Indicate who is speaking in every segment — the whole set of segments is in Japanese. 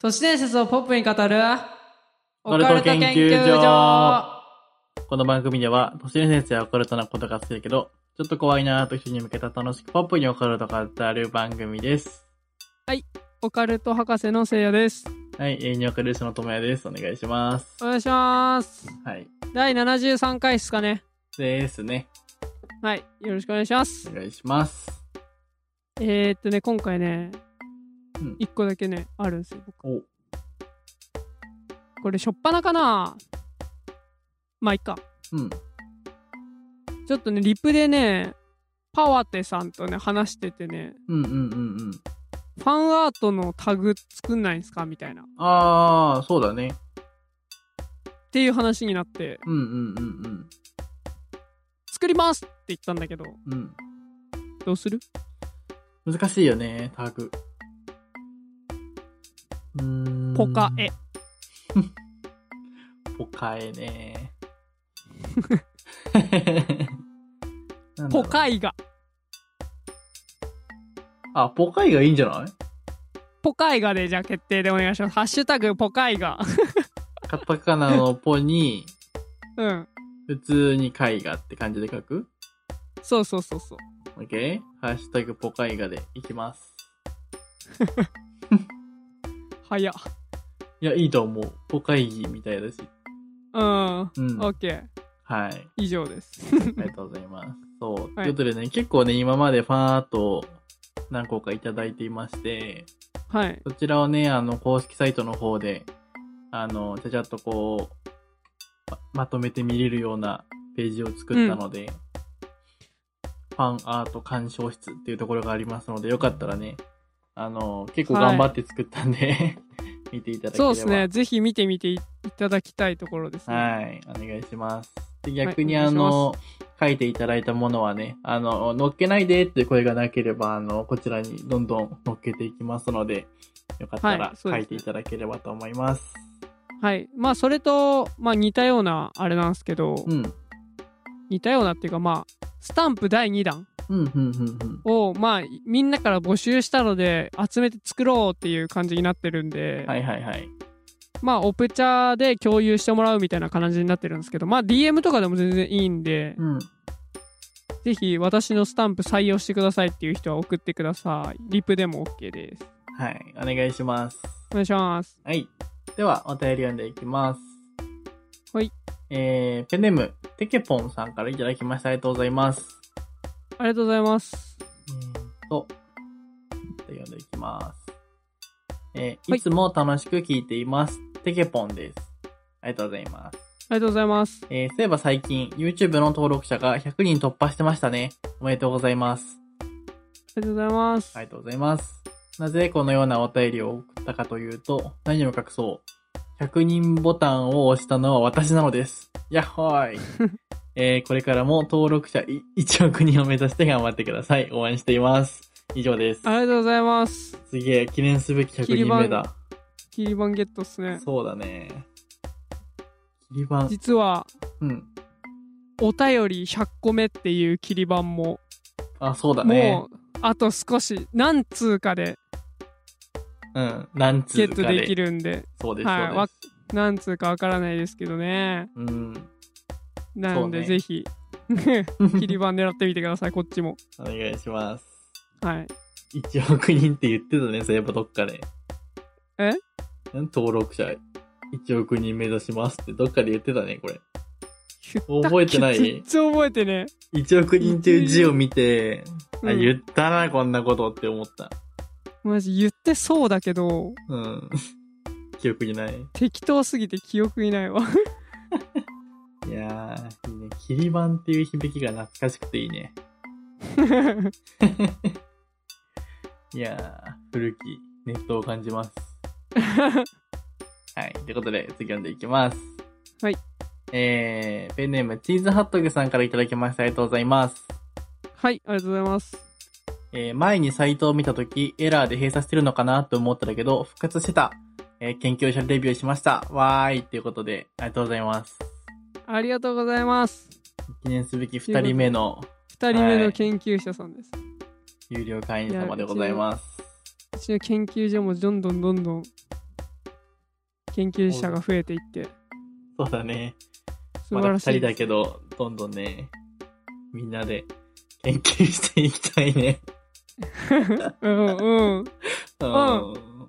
Speaker 1: 都市伝説をポップに語る
Speaker 2: オカルト研究所この番組では、都市伝説やオカルトなことが好きだけど、ちょっと怖いなーと人に向けた楽しくポップにオカルトが語る番組です。
Speaker 1: オカルト博士のせいやです
Speaker 2: はい、永遠にオカルトのともやです。お願いします
Speaker 1: お。願いします
Speaker 2: はい。
Speaker 1: 第73回ですかね
Speaker 2: ですね。
Speaker 1: はいよろしくお願いします
Speaker 2: お願いします。
Speaker 1: えー、っとね今回ね
Speaker 2: うん
Speaker 1: 1個だけねあるんですよ僕
Speaker 2: お、
Speaker 1: これしょっぱなかなまあいっか
Speaker 2: うん。
Speaker 1: ちょっとねリプでねパワテさんとね話しててね
Speaker 2: うんうんうんうん。
Speaker 1: ファンアートのタグ作んないんすかみたいなっ
Speaker 2: あー、そうだね。
Speaker 1: ていう話になって
Speaker 2: うんうんうん
Speaker 1: 作りますって言ったんだけど
Speaker 2: うん。
Speaker 1: どうする
Speaker 2: うん。難しいよね、タグ。うーん。
Speaker 1: ポカエ。
Speaker 2: ポカ エね。なんだろ
Speaker 1: ポ
Speaker 2: う
Speaker 1: カイが
Speaker 2: あ、ポカイがいいんじゃない
Speaker 1: ポカイガでじゃあ決定でお願いします。ハッシュタグポカイガ。
Speaker 2: カタカナのポに、
Speaker 1: うん。
Speaker 2: 普通に絵画って感じで書く
Speaker 1: そうそうそうそう。
Speaker 2: オッケーハッシュタグポカイガでいきます。
Speaker 1: 早っ。
Speaker 2: いや、いいと思う。ポカイギみたいだし。
Speaker 1: うん。オ
Speaker 2: うん。は
Speaker 1: ッケー。
Speaker 2: い。
Speaker 1: 以上 です。
Speaker 2: ありがとうございます。そう。
Speaker 1: はい
Speaker 2: ということでね、結構ね、今までファンアートを何個かいただいていまして、
Speaker 1: はい。
Speaker 2: そちらをね、あの、公式サイトの方で、あの、ちゃちゃっとこう、ままとめて見れるようなページを作ったので、ファンアート鑑賞室っていうところがありますので、よかったらね、あの、結構頑張って作ったんで、 見ていただけれ
Speaker 1: そ
Speaker 2: ば。
Speaker 1: うですね。。ぜひ見てみていただきたいところですね。
Speaker 2: はい、お願いします。で逆に、
Speaker 1: お願い
Speaker 2: あ
Speaker 1: し
Speaker 2: の
Speaker 1: ま、
Speaker 2: 書いていただいたものはね、あの、乗っけないでっていう声がなければ、あの、こちらにどんどん乗っけていきますので、よかった
Speaker 1: は
Speaker 2: ら
Speaker 1: いそう
Speaker 2: 書
Speaker 1: ですね
Speaker 2: いていただければと思います。
Speaker 1: はい。まあ、それと、まあ、似たような、あれなんですけど、
Speaker 2: うん。
Speaker 1: 似たようなっていうか、まあ、スタンプ第2弾
Speaker 2: うん、うん、うん、うん。
Speaker 1: を、まあ、みんなから募集したので、集めて作ろうっていう感じになってるんで、
Speaker 2: はいはいはい。
Speaker 1: まあ、オプチャで共有してもらうみたいな感じになってるんですけど、まあ、DM とかでも全然いいんで、
Speaker 2: うん。
Speaker 1: ぜひ私のスタンプ採用してくださいっていう人は送ってください。リプでも OK です。
Speaker 2: はい。お願いします。
Speaker 1: お願いします。
Speaker 2: はい。では、お便り読んでいきます。
Speaker 1: はい。
Speaker 2: えー、ペンネーム、テケポンさんからいただきました。ありがとうございます。
Speaker 1: ありがとうございます。
Speaker 2: えーと、読んでいきます。えー
Speaker 1: はい
Speaker 2: いつも楽しく聞いています。テケポンです。ありがとうございます。
Speaker 1: ありがとうございます。
Speaker 2: えーそういえば最近、YouTube の登録者が100人突破してましたね。おめでとうございます。
Speaker 1: ありがとうございます。
Speaker 2: ありがとうございます。なぜこのようなお便りを送ったかというと、何を隠そう。100人ボタンを押したのは私なのです。やっ ほーい。えーこれからも登録者い1億人を目指して頑張ってください。応援しています。以上です。
Speaker 1: ありがとうございます。
Speaker 2: すげえ、記念すべき
Speaker 1: 切り
Speaker 2: 100人
Speaker 1: 板
Speaker 2: 目だ。
Speaker 1: キリバンゲットっすね。
Speaker 2: そうだね。切り板。
Speaker 1: 実は、
Speaker 2: うん。
Speaker 1: お便り100個目っていうキリバンも、
Speaker 2: あ、そうだね
Speaker 1: も。う、あと少し、何通かで
Speaker 2: うん。何
Speaker 1: ゲッ
Speaker 2: 通か
Speaker 1: ト
Speaker 2: で。
Speaker 1: できるんで、
Speaker 2: そうです、
Speaker 1: はい
Speaker 2: そう
Speaker 1: わ
Speaker 2: です。
Speaker 1: 何通かわからないですけどね。
Speaker 2: うん。
Speaker 1: なので、
Speaker 2: そう
Speaker 1: ぜ
Speaker 2: ね
Speaker 1: ひ、 キリバン狙ってみてください、こっちも。
Speaker 2: お願いします。
Speaker 1: はい。
Speaker 2: 1億人って言ってたね、そういえばどっかで。
Speaker 1: え
Speaker 2: ん登録者1億人目指しますってどっかで言ってたね、これ。
Speaker 1: 言ったっけ
Speaker 2: 覚えてない
Speaker 1: 全然覚えてね。
Speaker 2: 1億人っていう字を見て、
Speaker 1: うん
Speaker 2: あ、言ったな、こんなことって思った。
Speaker 1: マジ言ってそうだけど
Speaker 2: うん。 記憶にない。
Speaker 1: 適当すぎて記憶にないわ
Speaker 2: いやー、いいね。切り板っていう響きが懐かしくていいね。いやー、古きネットを感じます。はい。ということで、次読んでいきます。
Speaker 1: はい。
Speaker 2: えー、ペンネーム、チーズハットグさんからいただきました。ありがとうございます。
Speaker 1: はいありがとうございます
Speaker 2: えー、前にサイトを見たとき、エラーで閉鎖してるのかなと思ったんだけど、復活してた。えー、研究者レビューしました。わーい。ということで、ありがとうございます。
Speaker 1: ありがとうございます
Speaker 2: 記念すべき二人目の
Speaker 1: 2人目の研究者さんです、
Speaker 2: 有料会員様でございます。
Speaker 1: うちの研究所もどんどんどんどん研究者が増えていって、
Speaker 2: そうだね。
Speaker 1: 素
Speaker 2: ま
Speaker 1: 晴
Speaker 2: だ
Speaker 1: ら
Speaker 2: 二
Speaker 1: しい
Speaker 2: 人
Speaker 1: で
Speaker 2: だ
Speaker 1: す。
Speaker 2: けど、どんどんね、みんなで研究していきたいね。
Speaker 1: うんうん。
Speaker 2: うん
Speaker 1: ん。
Speaker 2: うん。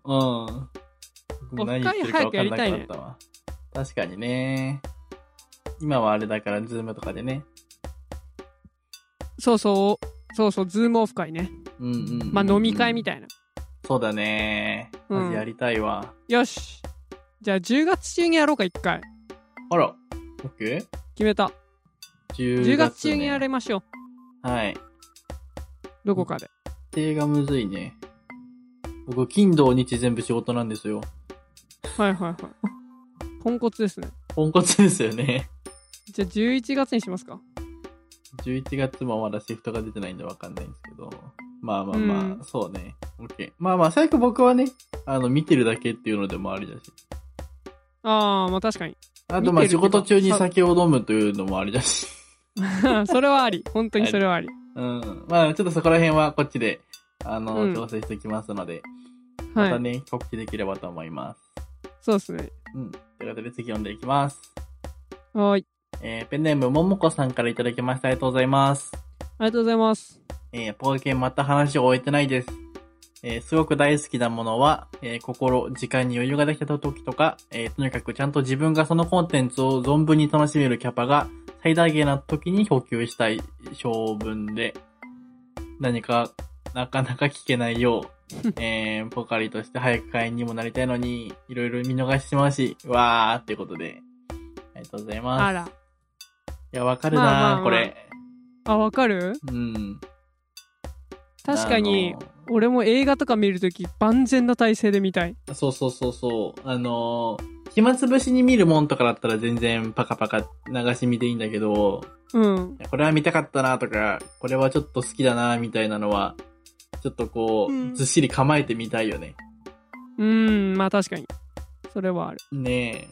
Speaker 2: 僕も何言ってるか分かんなくなったわ。確かにね。今はあれだから、ズームとかでね。
Speaker 1: そうそう、そうそう、ズームオフ会ね。
Speaker 2: うんうんうん
Speaker 1: まあ飲み会みたいな。
Speaker 2: そうだね。
Speaker 1: うん
Speaker 2: マジやりたいわ。
Speaker 1: よし。じゃあ10月中にやろうか、1回。
Speaker 2: あら、僕 ?10
Speaker 1: 決めた。
Speaker 2: 月、
Speaker 1: 10月中にやり。ましょう。
Speaker 2: はい。予
Speaker 1: どこかで。
Speaker 2: 定がむずいね。僕、金土日全部仕事なんですよ。
Speaker 1: はいはいはい。ポンコツですね。
Speaker 2: ポンコツですよね。
Speaker 1: じゃあ11月にしますか。
Speaker 2: 11月もまだシフトが出てないんでわかんないんですけど。まあまあまあ、
Speaker 1: うん
Speaker 2: そうね。オッケー。まあまあ、最悪僕はね、あの、見てるだけっていうのでもありだし。
Speaker 1: ああ、まあ確かに。
Speaker 2: あとまあ
Speaker 1: 見てる
Speaker 2: 仕
Speaker 1: けど
Speaker 2: 事中に酒を飲むというのもありだし。
Speaker 1: それはあり。本当にそれはあり。
Speaker 2: うん。まあちょっとそこら辺はこっちで、あの、
Speaker 1: うん
Speaker 2: 調整していきますので、ま
Speaker 1: は
Speaker 2: た
Speaker 1: い。
Speaker 2: ね、告知できればと思います。
Speaker 1: そうですね。
Speaker 2: うん。ということで次読んでいきます。
Speaker 1: はーい。
Speaker 2: えー、ペンネームももこさんからいただきました。ありがとうございます。
Speaker 1: ありがとうございます。
Speaker 2: えー、ポケケンまた話を終えてないです。えー、すごく大好きなものは、えー、心、時間に余裕ができた時とか、えー、とにかくちゃんと自分がそのコンテンツを存分に楽しめるキャパが最大限な時に補給したい性分で、何かなかなか聞けないよ う、えー、ポカリとして早く会員にもなりたいのに、いろいろ見逃してしまうし、わーってことで、ありがとうござい
Speaker 1: あ
Speaker 2: ます。
Speaker 1: ら。
Speaker 2: いや、わかるなー、
Speaker 1: まあまあまあ
Speaker 2: これ。
Speaker 1: あ、わかる
Speaker 2: うん。
Speaker 1: 確かに
Speaker 2: あ、のー
Speaker 1: 俺も映画とか見るとき、万全な体勢で見たい。
Speaker 2: そうそうそうそう。あのー暇つぶしに見るもんとかだったら全然パカパカ流し見でいいんだけど、
Speaker 1: うん。
Speaker 2: これは見たかったなとか、これはちょっと好きだなみたいなのは、ちょっとこう、
Speaker 1: うん
Speaker 2: ずっしり構えてみたいよね。
Speaker 1: うーん、まあ確かに。それはある。
Speaker 2: ね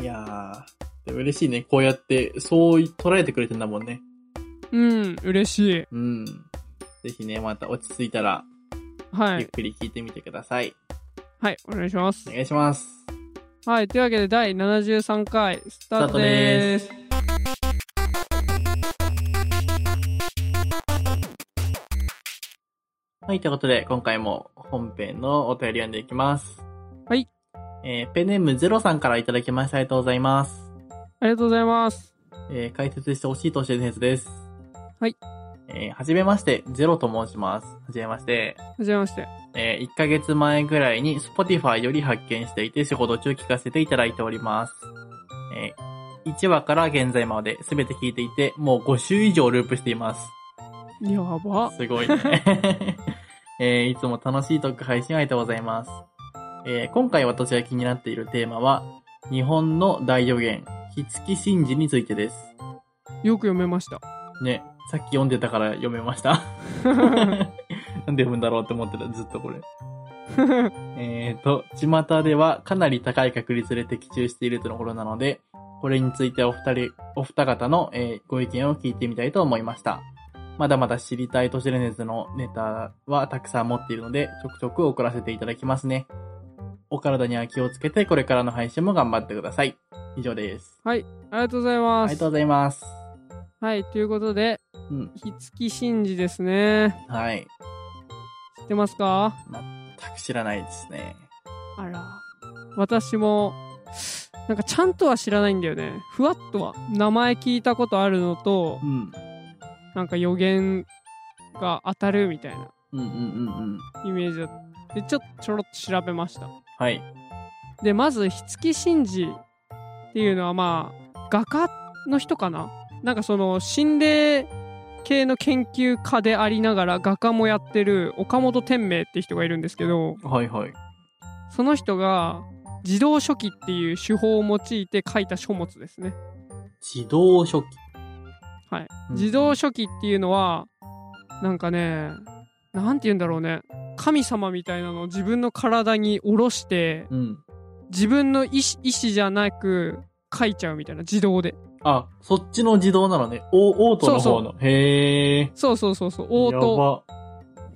Speaker 2: え。いやー、でも嬉しいね。こうやって、そう捉えてくれてんだもんね。
Speaker 1: うん、嬉しい。
Speaker 2: うん。ぜひね、また落ち着いたら、
Speaker 1: は
Speaker 2: ゆっ
Speaker 1: い。
Speaker 2: くり聞いてみてください。
Speaker 1: はい、お願いします
Speaker 2: お。願いします。
Speaker 1: はい、というわけで第73回スタートでーす。
Speaker 2: はい、ということで、今回も本編のお便り読んでいきます。
Speaker 1: はい。
Speaker 2: えーペンネームゼロさんからいただきました。ありがとうございます。
Speaker 1: ありがとうございます。
Speaker 2: えー解説してほしいとしてる説です。
Speaker 1: はい。
Speaker 2: えーはじめまして、ゼロと申します。はじめまして。
Speaker 1: はじめまして。
Speaker 2: え1ヶ月前ぐらいに Spotify より発見していて仕事中聞かせていただいております。え1話から現在まで全て聞いていて、もう5週以上ループしています。
Speaker 1: やば。
Speaker 2: すごいね。 えーいつも楽しいトーク配信ありがとうございます。えー今回私が気になっているテーマは、日本の大予言、日月神事についてです。
Speaker 1: よく読めました。
Speaker 2: ね、さっき読んでたから読めました。 なんで読むんだろうって思ってた、ずっとこれ。えーと、巷ではかなり高い確率で的中しているとのことなので、これについてお二人、お二方の、えーご意見を聞いてみたいと思いました。まだまだ知りたい都市伝説のネタはたくさん持っているので、ちょくちょく送らせていただきますね。お体には気をつけて、これからの配信も頑張ってください。以上です。
Speaker 1: ありがとうござい
Speaker 2: あ
Speaker 1: ます
Speaker 2: りがと。うございます。
Speaker 1: はい、ということで、
Speaker 2: うん、
Speaker 1: 日月神事ですね。
Speaker 2: はい。
Speaker 1: 知ってますか
Speaker 2: 全く知らないですね。
Speaker 1: あら。私も、なんかちゃんとは知らないんだよね。ふわっとは。名前聞いたことあるのと
Speaker 2: う、ん。
Speaker 1: なんか予言が当たるみたいな
Speaker 2: うんうんうんうん。
Speaker 1: イメージだった。で、ちょっとちょろっと調べました。
Speaker 2: はい。
Speaker 1: で、まず、日月神事っていうのは、まあ、画家の人かななんかその、心霊系の研究家でありながら、画家もやってる岡本天明って人がいるんですけど、
Speaker 2: はいはい。
Speaker 1: その人が、自動書記っていう手法を用いて書いた書物ですね。
Speaker 2: 自動書記。
Speaker 1: はい
Speaker 2: うん。
Speaker 1: 自動書記っていうのは、なんかね、なんて言うんだろうね。神様みたいなのを自分の体に下ろして、
Speaker 2: うん。
Speaker 1: 自分の意思意思じゃなく書いちゃうみたいな自動で
Speaker 2: あ、そっちの自動なのね。お、オートの方の。へえ。
Speaker 1: そうそうそうそう応答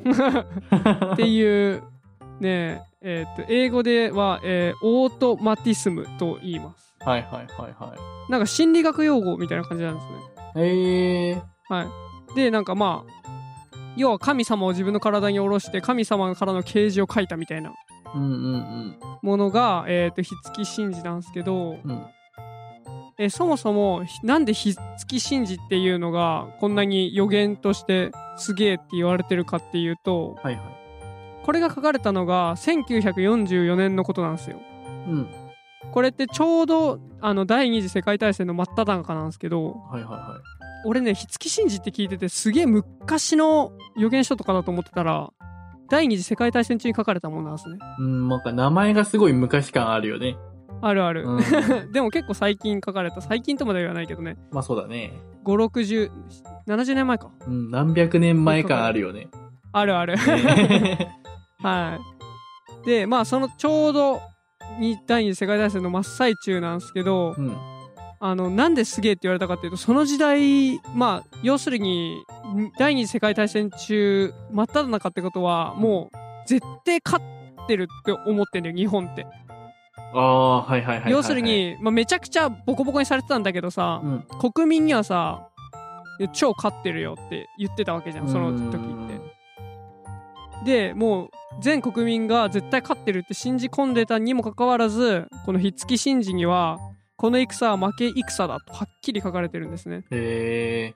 Speaker 2: や
Speaker 1: っていうねえ、えーっと英語では、えーオートマティスムと言います。
Speaker 2: はいはいは
Speaker 1: なんか心理学用語みたいな感じなんですね。
Speaker 2: いはい。えー、
Speaker 1: でなんかまあ要は神様を自分の体に下ろして神様からの啓示を書いたみたいな
Speaker 2: うんうんうん。
Speaker 1: ものが、えー、と火付き神事なんですけど、
Speaker 2: うん
Speaker 1: えーそもそもひなんで火付き神事っていうのがこんなに予言としてすげえって言われてるかっていうと
Speaker 2: はいはい。
Speaker 1: これが書かれたのが1944年のことなんですよ。
Speaker 2: うん。
Speaker 1: これってちょうどあの第二次世界大戦の真っ只中なんですけど
Speaker 2: はいはいは
Speaker 1: 俺ね火付き神事って聞いててすげえ昔の予言書とかだと思ってたら第二次世界大戦中に書かれたものなんですね
Speaker 2: い。うん、なんか名前がすごい昔感あるよね。
Speaker 1: あるある、
Speaker 2: うん。
Speaker 1: でも結構最近書かれた最近とまでは言わないけどね
Speaker 2: まあそうだね。
Speaker 1: 56070年前か
Speaker 2: うん、何百年前感あるよ ね。
Speaker 1: あるある
Speaker 2: ね
Speaker 1: はいでまあそのちょうどに第二次世界大戦の真っ最中なんですけど、
Speaker 2: うん。
Speaker 1: あのなんですげえって言われたかっていうとその時代まあ要するに第二次世界大戦中真っ只中ってことはもう絶対勝ってるって思ってんだよ日本って、
Speaker 2: ああ、はいはいはいはいはい。
Speaker 1: 要する、に、まあ、めちゃくちゃボコボコにされてたんだけどさ
Speaker 2: う、ん。
Speaker 1: 国民にはさいや超勝ってるよって言ってたわけじゃんその時ってでもう全国民が絶対勝ってるって信じ込んでたにもかかわらずこの「火付き神事」にはこの戦は負け戦だとはっきり書かれてるんですね
Speaker 2: へえ。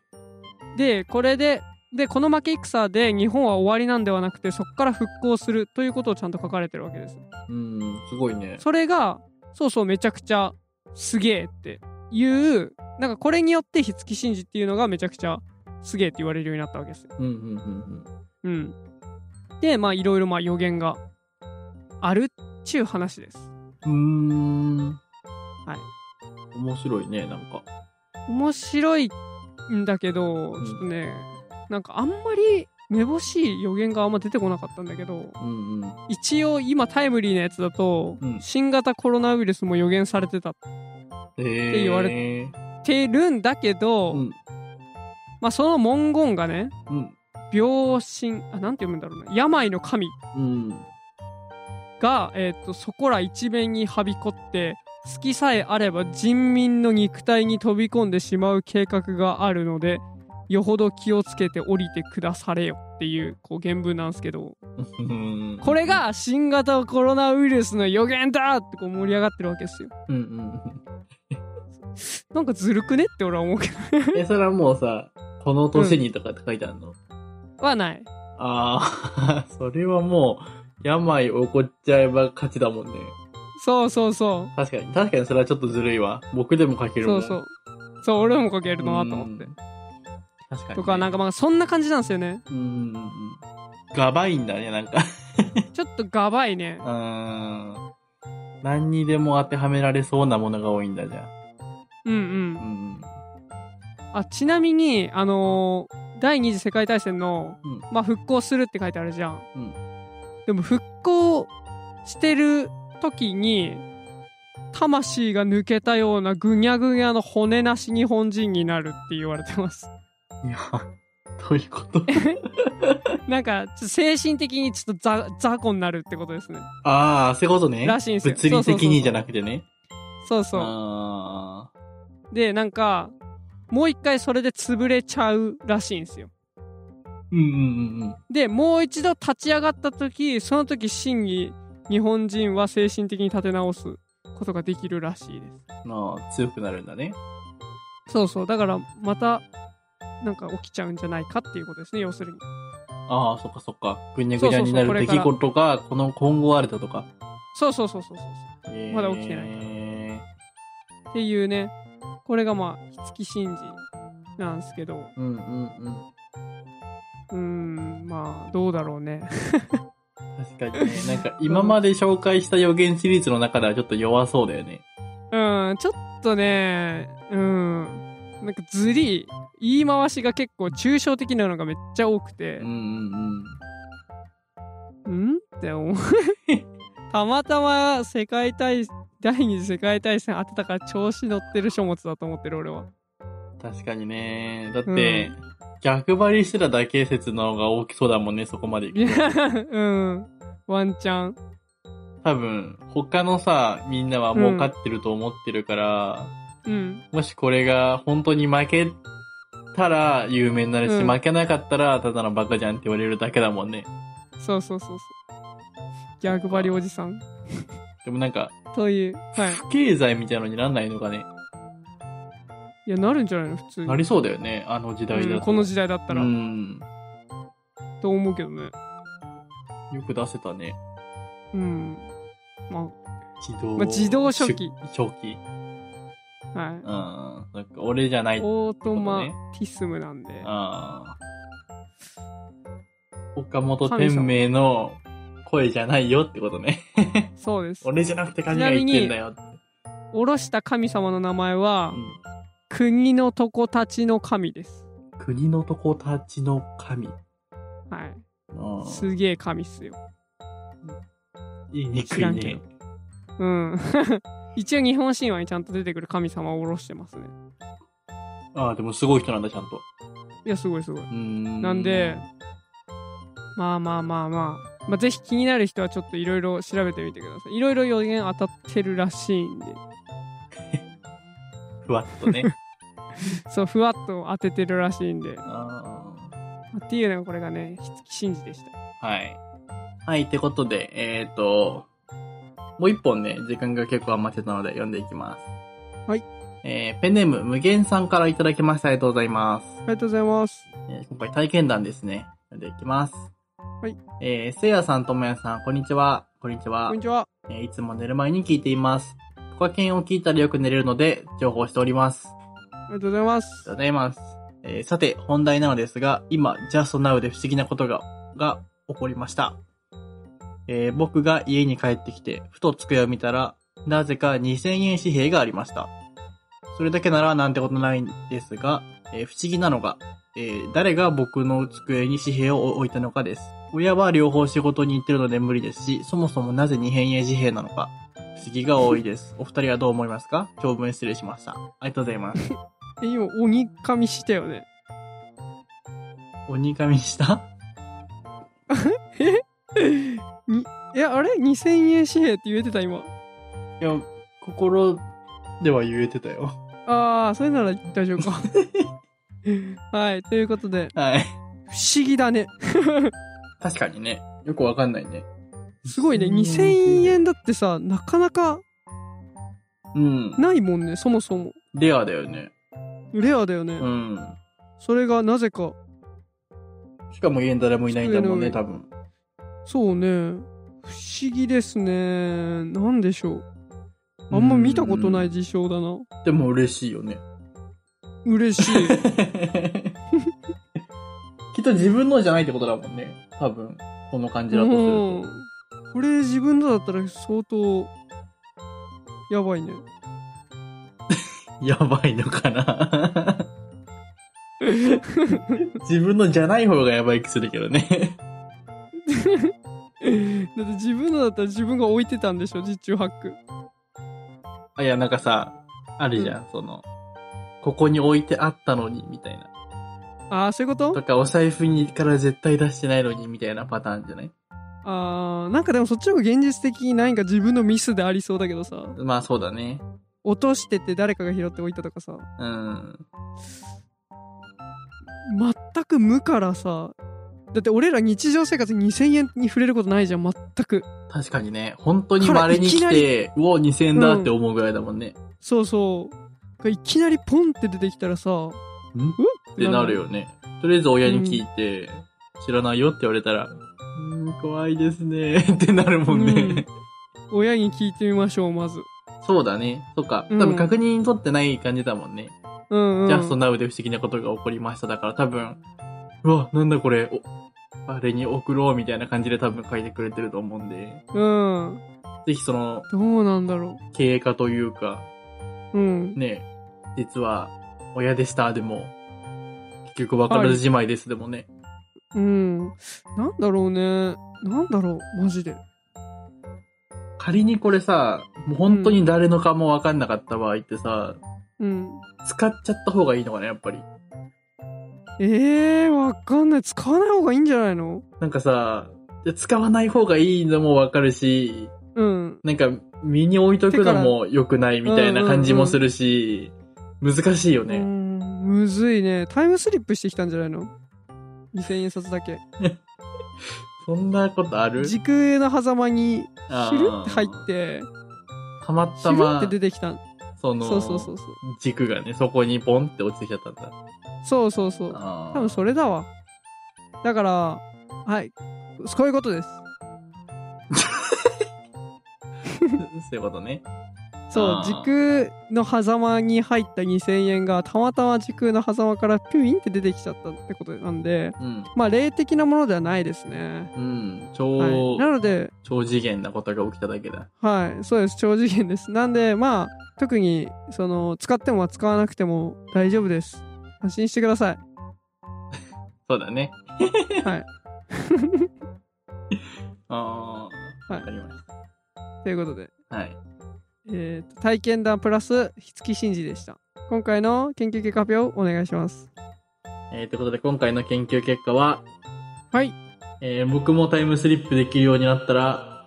Speaker 1: でこれででこの負け戦で日本は終わりなんではなくてそこから復興するということをちゃんと書かれてるわけです
Speaker 2: うん、すごいね。
Speaker 1: それがそうそうめちゃくちゃすげえっていうなんかこれによって火付き神事っていうのがめちゃくちゃすげえって言われるようになったわけですよ
Speaker 2: うんうんうん
Speaker 1: うんでまあいろいろまあ予言があるっちゅう話です
Speaker 2: うん。うーん。
Speaker 1: はい
Speaker 2: 面白いね、なんか。
Speaker 1: 面白いんだけど
Speaker 2: ん
Speaker 1: ちょっとねなんかあんまりめぼしい予言があんま出てこなかったんだけど
Speaker 2: うんうん。
Speaker 1: 一応今タイムリーなやつだと、
Speaker 2: うん
Speaker 1: 新型コロナウイルスも予言されてたっ
Speaker 2: ええ。
Speaker 1: 言われ
Speaker 2: て。
Speaker 1: てるんだけど、
Speaker 2: うん。
Speaker 1: まあその文言がね
Speaker 2: うん。
Speaker 1: 病神あなんて読むんだろうな病の神
Speaker 2: うん。
Speaker 1: が、えー、とそこら一面にはびこって隙さえあれば人民の肉体に飛び込んでしまう計画があるのでよほど気をつけて降りてくだされよっていうこう原文なんですけど
Speaker 2: うん
Speaker 1: これ、が新型コロナウイルスの予言だってこう盛り上がってるわけですよ
Speaker 2: うんうん
Speaker 1: なんかずるくねって俺は思うけど
Speaker 2: うん。え、それはもうさ、この年にとかって書いてあるの、
Speaker 1: はない
Speaker 2: ああ、 それはもう、病起こっちゃえば勝ちだもんね。
Speaker 1: そうそうそ
Speaker 2: 確かに、確かにそれはちょっとずるいわ。僕でも書け
Speaker 1: う
Speaker 2: る
Speaker 1: そ
Speaker 2: もん。
Speaker 1: うそううそう俺も書けるなと思って
Speaker 2: ん。確かに、ね。
Speaker 1: とかなんかまあそんな感じなんですよね
Speaker 2: うんうんうん。がばいんだね、なんか。
Speaker 1: ちょっとがばいね
Speaker 2: うーん。何にでも当てはめられそうなものが多いんだじゃ
Speaker 1: うんうん
Speaker 2: ん。うん
Speaker 1: あちなみにあのー第二次世界大戦の、
Speaker 2: うん
Speaker 1: まあ、復興するって書いてあるじゃん、
Speaker 2: うん
Speaker 1: でも復興してる時に魂が抜けたようなぐにゃぐにゃの骨なし日本人になるって言われてます
Speaker 2: うん。いや、どういうこと
Speaker 1: なんかちょっと精神的にちょっとざ雑魚になるってことですね
Speaker 2: ああ、そういうことね。
Speaker 1: らしいんですよ
Speaker 2: 物理的にじゃ
Speaker 1: い
Speaker 2: なくてね。
Speaker 1: そうそう
Speaker 2: あ
Speaker 1: でなんかもう一回それで潰れちゃうらしいんですよ
Speaker 2: あ。うんうんうんうん。
Speaker 1: でもう一度立ち上がった時その時真に日本人は精神的に立て直すことができるらしいで
Speaker 2: まあ、強くなるんだね。
Speaker 1: すそうそうだからまたなんか起きちゃうんじゃないかっていうことですね要するに
Speaker 2: ああ、そっかそっか。ぐにゃぐにゃにな
Speaker 1: そうそうそうこれ
Speaker 2: る出
Speaker 1: から
Speaker 2: 来事が、この今後あるだとか。
Speaker 1: そうそうそうそうそうまだ起きてない
Speaker 2: い。
Speaker 1: っていうねこれがまあ火付き神事なんですけどう
Speaker 2: うんうんうん。
Speaker 1: ーんまあどうだろうね
Speaker 2: 確かにね。なん か、今まで紹介した予言シリーズの中ではちょっと弱そうだよね。
Speaker 1: うんちょっとねうんなんかずり言い回しが結構抽象的なのがめっちゃ多くて、
Speaker 2: うんうんうん。
Speaker 1: んって思う たまたま世界大第二次世界大戦当てたから調子乗ってる書物だと思ってる俺は
Speaker 2: 確かにね。だって、逆張りしてただけ説の方が大きそうだもんね、そこまで
Speaker 1: い
Speaker 2: 行くと。
Speaker 1: やうんワンチャン。
Speaker 2: 多分、他のさ、みんなはもう勝ってると思ってるから、
Speaker 1: うん。
Speaker 2: もしこれが本当に負けたら有名になるし、
Speaker 1: うん
Speaker 2: 負けなかったらただのバカじゃんって言われるだけだもんね。
Speaker 1: そうそうそうそう。ギャグバリおじさん。
Speaker 2: でもなんか、
Speaker 1: という。はい。
Speaker 2: 不経済みたいなのになんないのかね。
Speaker 1: いや、なるんじゃないの普通に。
Speaker 2: なりそうだよね、あの時代だと。
Speaker 1: うんこの時代だったら。
Speaker 2: うん。
Speaker 1: と思うけどね。
Speaker 2: よく出せたね。
Speaker 1: うん。ま
Speaker 2: 自動。
Speaker 1: まあ自動書記。
Speaker 2: 初期。
Speaker 1: あ、はい
Speaker 2: うん。。なんか俺じゃない。うん。
Speaker 1: オートマティスムなんで。
Speaker 2: 岡本天明の声じゃないよってことね。
Speaker 1: そうです。
Speaker 2: 俺じゃなくて神が言ってんだよって。
Speaker 1: おろした神様の名前は
Speaker 2: う、ん
Speaker 1: 国のとこたちの神です。
Speaker 2: 国のとこたちの神。
Speaker 1: はい。
Speaker 2: うん
Speaker 1: すげえ神っすよ。
Speaker 2: 言いにく
Speaker 1: 知ら
Speaker 2: い
Speaker 1: んけ
Speaker 2: ね
Speaker 1: ど。うん。 一応日本神話にちゃんと出てくる神様をおろしてますね。
Speaker 2: ああ、でもすごい人なんだ、ちゃんと。
Speaker 1: いや、すごいすごい。
Speaker 2: うーん
Speaker 1: なんで、まあまあまあまあ。まあ、ぜひ気になる人はちょっといろいろ調べてみてください。いろいろ予言当たってるらしいんで、
Speaker 2: ふわっと ね。
Speaker 1: そう、ふわっと当ててるらしいんで。
Speaker 2: あ
Speaker 1: まあっていうのがこれがね、ひつき神事でした。
Speaker 2: ーはい。はい、ってことで、えっ、と、もう一本ね、時間が結構余ってたので読んでいきます。
Speaker 1: はい。
Speaker 2: えーペンネーム、無限さんからいただきました。ありがとうございます。
Speaker 1: ありがとうございます。
Speaker 2: えー今回体験談ですね。読んでいきます。
Speaker 1: はい。
Speaker 2: えー、せいやさん、ともやさん、こんにちは。こんにちは
Speaker 1: こんに。ちは。
Speaker 2: えーいつも寝る前に聞いています。ポカケンを聞いたらよく寝れるので、重宝しております。あ
Speaker 1: ありがとうございます
Speaker 2: りがとう。ございます。えーさて、本題なのですが、今、Just Now で不思議なことが、が起こりました。えー僕が家に帰ってきて、ふと机を見たら、なぜか2000円紙幣がありました。それだけならなんてことないんですが、えー不思議なのが、えー誰が僕の机に紙幣を置いたのかです。親は両方仕事に行ってるので無理ですし、そもそもなぜ二変円紙幣なのか、不思議が多いです。お二人はどう思いますか長文失礼しました。ありがとうございます。
Speaker 1: え、今、鬼神したよね。
Speaker 2: 鬼神した
Speaker 1: にえ、あれ ?2000 円紙幣って言えてた今。
Speaker 2: いや、心では言えてたよ。
Speaker 1: ああ、それなら大丈夫 か。はい、ということで、
Speaker 2: はい。
Speaker 1: 不思議だね。
Speaker 2: 確かにね。よくわかんないね。
Speaker 1: すごいね。2000円だってさ、なかなか
Speaker 2: うん。
Speaker 1: ないもんね、そもそも。
Speaker 2: レアだよね。
Speaker 1: レアだよね。
Speaker 2: うん。
Speaker 1: それがなぜか、
Speaker 2: しかも家に誰もいないんだもんね、
Speaker 1: 机
Speaker 2: 多分。
Speaker 1: そうね、不思議ですね。なんでしょう。あんま見たことない事象だな。
Speaker 2: うん。でも嬉しい よね。
Speaker 1: 嬉しい。
Speaker 2: きっと自分のじゃないってことだもんね。多分、この感じだとする
Speaker 1: うん
Speaker 2: と。。
Speaker 1: これ自分のだったら相当、やばいね。
Speaker 2: やばいのか な自分のじゃない方がやばい気するけどね。
Speaker 1: だって自分のだったら自分が置いてたんでしょ、実中ハック。
Speaker 2: あ、いや、なんかさ、あるじゃん、その、ここに置いてあったのに、みたいな。
Speaker 1: ああ、そういうこと
Speaker 2: とか、お財布にから絶対出してないのに、みたいなパターンじゃない
Speaker 1: あーなんかでもそっちの方が現実的に何か自分のミスでありそうだけどさ
Speaker 2: まあ、そうだね。
Speaker 1: 落としてて誰かが拾っておいたとかさ
Speaker 2: うん。
Speaker 1: 全く無からさだって俺ら日常生活に2000円に触れることないじゃん全く
Speaker 2: 確かにね、本当に稀に来
Speaker 1: からい
Speaker 2: て、うお、2000円だって思うぐらいだもんね。
Speaker 1: そうそういきなりポンって出てきたらさ
Speaker 2: んってなるよね。とりあえず親に聞いて、知らないよって言われたら、うーん、怖いですね。ってなるもんね。
Speaker 1: うん親に聞いてみましょうまず
Speaker 2: そうだね。そっか。
Speaker 1: うん
Speaker 2: 多分確認取ってない感じだもんね。
Speaker 1: うんうん
Speaker 2: ジャストナウで不思議なことが起こりました。だから多分、うわ、なんだこれ、お、あれに送ろうみたいな感じで多分書いてくれてると思うんで、
Speaker 1: うん
Speaker 2: ぜひその
Speaker 1: どうなんだろ
Speaker 2: 経過というか、
Speaker 1: ううん
Speaker 2: ね、実は親でしたでも、結局分からずじまいですでもね。
Speaker 1: うんなんだろうねなんだろうマジで
Speaker 2: 仮にこれさ、もう本当に誰のかも分かんなかった場合ってさ、
Speaker 1: うん
Speaker 2: 使っちゃった方がいいのかな、やっぱり。
Speaker 1: えー、わかんない使わない方がいいんじゃないの
Speaker 2: なんかさ、で使わない方がいいのもわかるし、
Speaker 1: うん。
Speaker 2: なんか身に置いとくのも良くないみたいな感じもするし、難しいよ
Speaker 1: うー
Speaker 2: ね。
Speaker 1: んむずいね。タイムスリップしてきたんじゃないの ?2000 円札だけ。
Speaker 2: そんなことある
Speaker 1: 時空の狭間に、
Speaker 2: あ
Speaker 1: ひ
Speaker 2: ー
Speaker 1: るって入って、
Speaker 2: たま
Speaker 1: ひ
Speaker 2: た
Speaker 1: るっ
Speaker 2: ま
Speaker 1: て、出てきた。
Speaker 2: その、
Speaker 1: そうそうそうそう。
Speaker 2: 軸がね、そこにポンって落ちてきちゃったんだ。
Speaker 1: そうそうそう。
Speaker 2: あー
Speaker 1: 多分それだわ。だから、はい。こういうことです。
Speaker 2: そういうことね。
Speaker 1: そう
Speaker 2: あ、ー
Speaker 1: 時空の狭間に入った2000円がたまたま時空の狭間からピュインって出てきちゃったってことなんで、
Speaker 2: うん。
Speaker 1: まあ霊的なものではないですね。
Speaker 2: うん。
Speaker 1: はい、
Speaker 2: 超、
Speaker 1: なので、
Speaker 2: 超次元なことが起きただけだ。
Speaker 1: はい、そうです、超次元です。なんで、まあ、特にその使っても使わなくても大丈夫です。安心してください。
Speaker 2: そうだね。
Speaker 1: はい。
Speaker 2: ああ、
Speaker 1: は
Speaker 2: わ
Speaker 1: い
Speaker 2: かりまし
Speaker 1: ということで、
Speaker 2: た。はい。
Speaker 1: えーと体験談プラス日月神事でした。今回の研究結果発表お願いします。
Speaker 2: えー、ということで今回の研究結果は、
Speaker 1: はい。
Speaker 2: えー僕もタイムスリップできるようになったら、
Speaker 1: は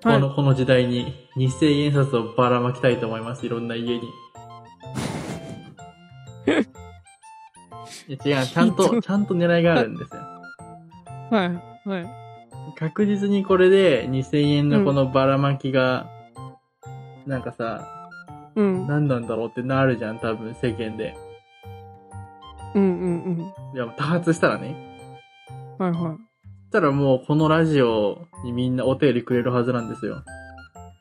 Speaker 1: い
Speaker 2: このこの時代に2000円札をばらまきたいと思います。いろんな 家に。いや違う、ちゃん
Speaker 1: ひど
Speaker 2: と、
Speaker 1: い
Speaker 2: ちゃんと狙いがあるんですよ。
Speaker 1: はい。はい。
Speaker 2: 確実にこれで2000円のこのばらまきが、なんかさ、
Speaker 1: うん。
Speaker 2: 何なんだろうってなるじゃん、多分世間で。
Speaker 1: うんうんうん。
Speaker 2: いや、多発したらね。
Speaker 1: はいは
Speaker 2: ったらもうこのラジオにみんなお便りくれるはずなんですよ。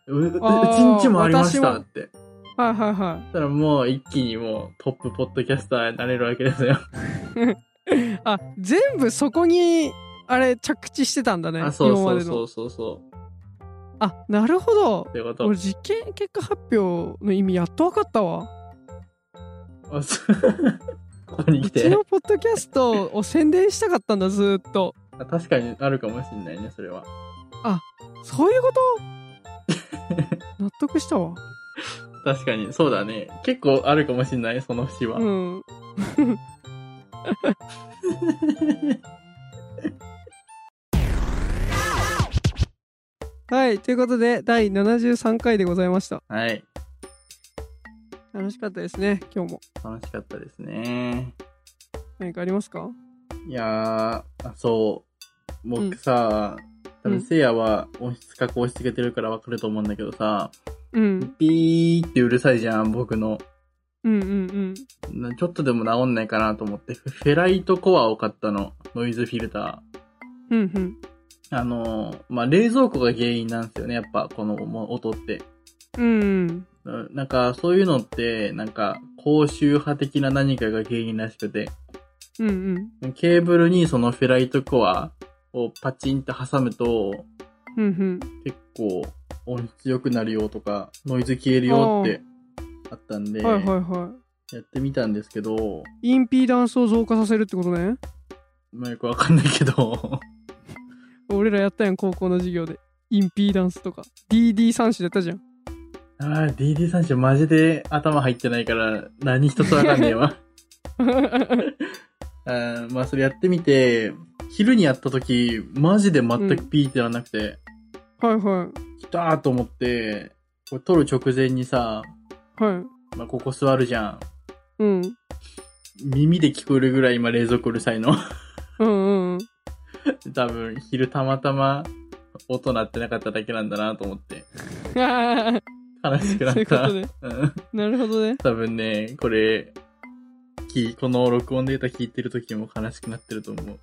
Speaker 2: う、う、うち
Speaker 1: あー
Speaker 2: んちもありましたって。
Speaker 1: い。はいはいはい。
Speaker 2: そしたらもう一気にもうトップポッドキャスターになれるわけですよ。
Speaker 1: あ全部そこにあれ着地してたんだね
Speaker 2: あ、そう
Speaker 1: 今ま
Speaker 2: そう
Speaker 1: で
Speaker 2: そ
Speaker 1: の
Speaker 2: うそうそう。
Speaker 1: あなるほど
Speaker 2: ってこと
Speaker 1: 俺。実験結果発表の意味やっと分かったわ
Speaker 2: あそうここに
Speaker 1: う
Speaker 2: 来
Speaker 1: ち
Speaker 2: て。
Speaker 1: のポッドキャスト を宣伝したかったんだずーっと
Speaker 2: あ確かにあるかもしんないね、それは。
Speaker 1: そういうこと 納得したわ
Speaker 2: 確かに、そうだね。結構あるかもしんない、その節は。
Speaker 1: うんはいということで第73回でございました
Speaker 2: はい。
Speaker 1: 楽しかったですね今日も
Speaker 2: 楽しかったですね。
Speaker 1: 何かありますか
Speaker 2: いやー、あ
Speaker 1: う
Speaker 2: そう。
Speaker 1: ん
Speaker 2: 僕さ、
Speaker 1: う
Speaker 2: 多
Speaker 1: ん
Speaker 2: 分せいやは音質加工しつけてるからわかると思うんだけどさ、
Speaker 1: うん
Speaker 2: ピーってうるさいじゃん、僕の。
Speaker 1: うんうん
Speaker 2: なちょっとでも治んないかなと思って、フフェライトコアを買ったの。ノイズフィルタ
Speaker 1: うんうんうん
Speaker 2: ー。あのー、まあ、冷蔵庫が原因なんですよね、やっぱ、このも音って。
Speaker 1: うん
Speaker 2: うんなんか、そういうのって、なんか、高周波的な何かが原因らしくて、
Speaker 1: うんうん
Speaker 2: ケーブルにそのフェライトコアをパチンって挟むと、
Speaker 1: うんうん
Speaker 2: 結構音質良くなるよとか、ノイズ消えるよってあったんで、
Speaker 1: はいはいは
Speaker 2: やってみたんですけど、
Speaker 1: いインピーダンスを増加させるってことね
Speaker 2: まあよくわかんないけど、
Speaker 1: 俺らやったやん高校の授業でインピーダンスとか DD 三種でやったじゃん
Speaker 2: あー DD 三種マジで頭入ってないから何一つわかんねえわ。 あーまあそれやってみて、昼にやった時、マジで全くピーってならなくて、
Speaker 1: はいは
Speaker 2: 来たーと思って、これ撮る直前にさ、
Speaker 1: いはい
Speaker 2: まあここ座るじゃん。
Speaker 1: うん
Speaker 2: 耳で聞こえるぐらい今冷蔵庫うるさいの。
Speaker 1: うんうんうん
Speaker 2: 多分昼たまたま音鳴ってなかっただけなんだなと思って、
Speaker 1: あー
Speaker 2: 悲しくなっ
Speaker 1: そういうこ
Speaker 2: た。
Speaker 1: とね
Speaker 2: うん
Speaker 1: なるほどね
Speaker 2: 多分ね、これ、きこの録音データ聞いてる時も悲しくなってると思う。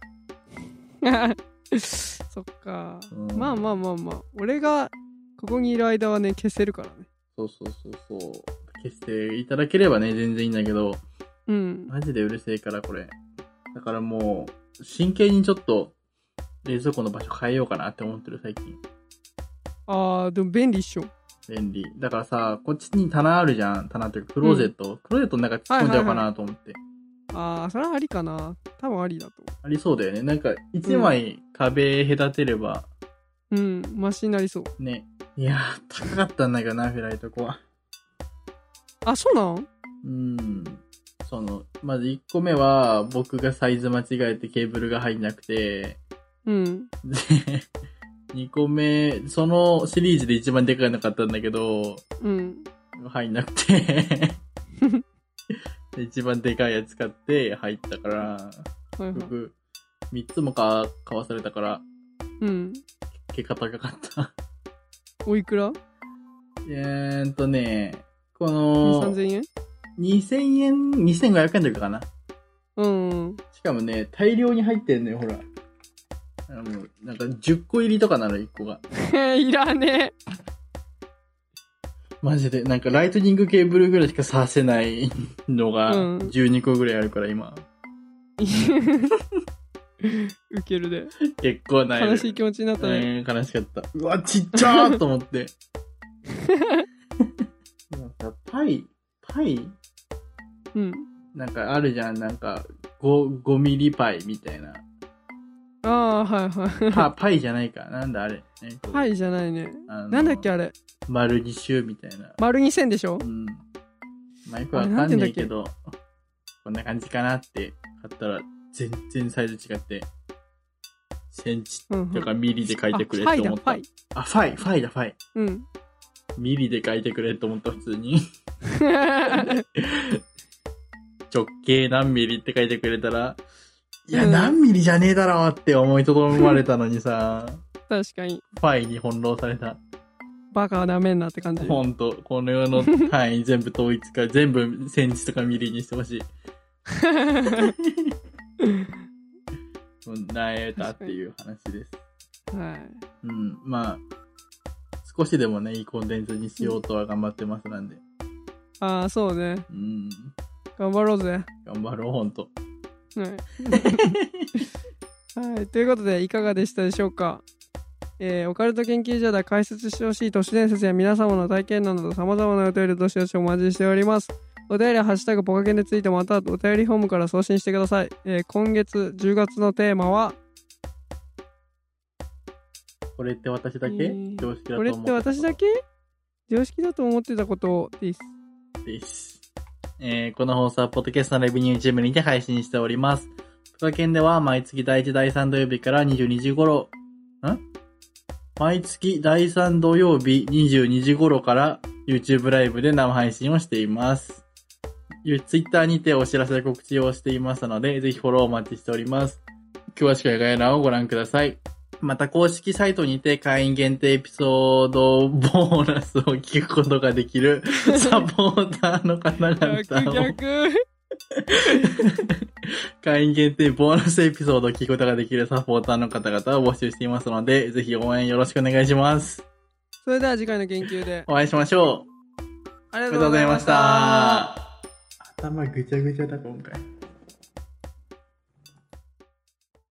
Speaker 1: そっか、
Speaker 2: うん
Speaker 1: まあまあまあまあ俺がここにいる間はね消せるからね
Speaker 2: そうそうそうそう。消していただければね、全然いいんだけど、
Speaker 1: うん
Speaker 2: マジでうるせえから、これ。だからもう、真剣にちょっと、冷蔵庫の場所変えようかなって思ってる、最近。
Speaker 1: あーでも便利っしょ
Speaker 2: 便利。だからさ、こっちに棚あるじゃん。棚というか、クローゼット。クローゼットの中突っ込んじゃおうかなと思って。
Speaker 1: あーそれはありかな多分ありだと
Speaker 2: ありそうだよね。なんか、一枚壁隔てれば、
Speaker 1: 思ううんマシになりそう
Speaker 2: ね。いやー、高かったんだけどな、フェライトコア。
Speaker 1: あそうなん
Speaker 2: うん。その、まず1個目は、僕がサイズ間違えてケーブルが入んなくて、
Speaker 1: うん。
Speaker 2: で、2個 目、そのシリーズで一番でかいの買ったんだけど、
Speaker 1: うん。
Speaker 2: 入んなくて。で一番でかいやつ買って入ったから、
Speaker 1: はいはい。
Speaker 2: 僕、3つもか買わされたから、
Speaker 1: うん。
Speaker 2: 結果高かった。
Speaker 1: おいくら
Speaker 2: えーっとね、こ
Speaker 1: ?2、
Speaker 2: の、
Speaker 1: 3000円
Speaker 2: 2000円、2500円とかかな。
Speaker 1: うんうん。
Speaker 2: しかもね、大量に入ってんのよ、ほら。あの、なんか10個入りとかなの、1個が。
Speaker 1: いらね
Speaker 2: マジで、なんかライトニングケーブルぐらいしかさせないのが、
Speaker 1: うん
Speaker 2: 12個ぐらいあるから、今。
Speaker 1: え。ウ ケるで。
Speaker 2: 結構ない。
Speaker 1: 悲しい気持ちになったね。
Speaker 2: うん悲しかった。うわ、ちっちゃーと 思って。なんか、パイ、パイ
Speaker 1: うん。
Speaker 2: なんかあるじゃん、なんか5、5ミリパイみたい な。
Speaker 1: ああ、はい は
Speaker 2: パ、パイじゃないか。なんだあれ。えっと
Speaker 1: い。パイじゃないね。
Speaker 2: あの
Speaker 1: なんだっけあれ。
Speaker 2: 丸にしゅうみたいな。
Speaker 1: 丸二千でしょ
Speaker 2: うん。まあ、よくわかんないけど、こんな感じかなって買ったら、全然サイズ違って、センチ
Speaker 1: うんうん。
Speaker 2: とかミリで書いてくれ
Speaker 1: あ
Speaker 2: って思っ
Speaker 1: フ
Speaker 2: た。
Speaker 1: ァイだ、ファイ。
Speaker 2: あ、ファイ、ファイだ、ファイ。
Speaker 1: うん。
Speaker 2: ミリで書いてくれって思った、普通に。 直径何ミリって書いてくれたら、いや、
Speaker 1: うん
Speaker 2: 何ミリじゃねえだろうって思いとどまれたのにさ、
Speaker 1: 確かに。
Speaker 2: ファイに翻弄された。
Speaker 1: バカはダメんなって感じ。
Speaker 2: ほんと、この世の単位全部統一か、全部センチとかミリにしてほし い。
Speaker 1: は
Speaker 2: もうなえたっていう話です。
Speaker 1: い。
Speaker 2: うん、まあ、少しでもね、いいコンテンツにしようとは頑張ってますなんで。
Speaker 1: ああ、そうね。
Speaker 2: うん、
Speaker 1: 頑張ろうぜ。
Speaker 2: 頑張ろう、ほんと。
Speaker 1: はい、はい、ということでいかがでしたでしょうか、えーオカルト研究所では解説してほしい都市伝説や皆様の体験などさまざまなお便りをどしどしお待ちしておりますお便りは「ハッシュタグポカケン」でついてまたはお便りフォームから送信してください、えー今月10月のテーマは
Speaker 2: これって私だけ、
Speaker 1: えー
Speaker 2: 常識だと
Speaker 1: こ
Speaker 2: 思
Speaker 1: れ
Speaker 2: う。
Speaker 1: って私だけ常識だと思ってたことです
Speaker 2: です。えーこの放送は、ポッドキャストのレビュー YouTube にて配信しております。福岡県では、毎月第1、第3土曜日から22時頃、ん毎月第3土曜日22時頃から YouTube ライブで生配信をしています。ゆ Twitter にてお知らせ告知をしていますので、ぜひフォローお待ちしております。詳しくは概要欄をご覧ください。また公式サイトにて会員限定エピソードボーナスを聞くことができるサポーターの方
Speaker 1: 逆
Speaker 2: 々を
Speaker 1: 逆
Speaker 2: 会員限定ボーナスエピソードを聞くことができるサポーターの方々を募集していますので、ぜひ応援よろしくお願いします。
Speaker 1: それでは次回の研究で
Speaker 2: お会いしましょう。
Speaker 1: ありが
Speaker 2: あり
Speaker 1: とう
Speaker 2: がとう
Speaker 1: ご
Speaker 2: ござ
Speaker 1: ざ
Speaker 2: い
Speaker 1: い
Speaker 2: ま
Speaker 1: ま
Speaker 2: し
Speaker 1: したた。
Speaker 2: 頭ぐちゃぐちゃだ、今回。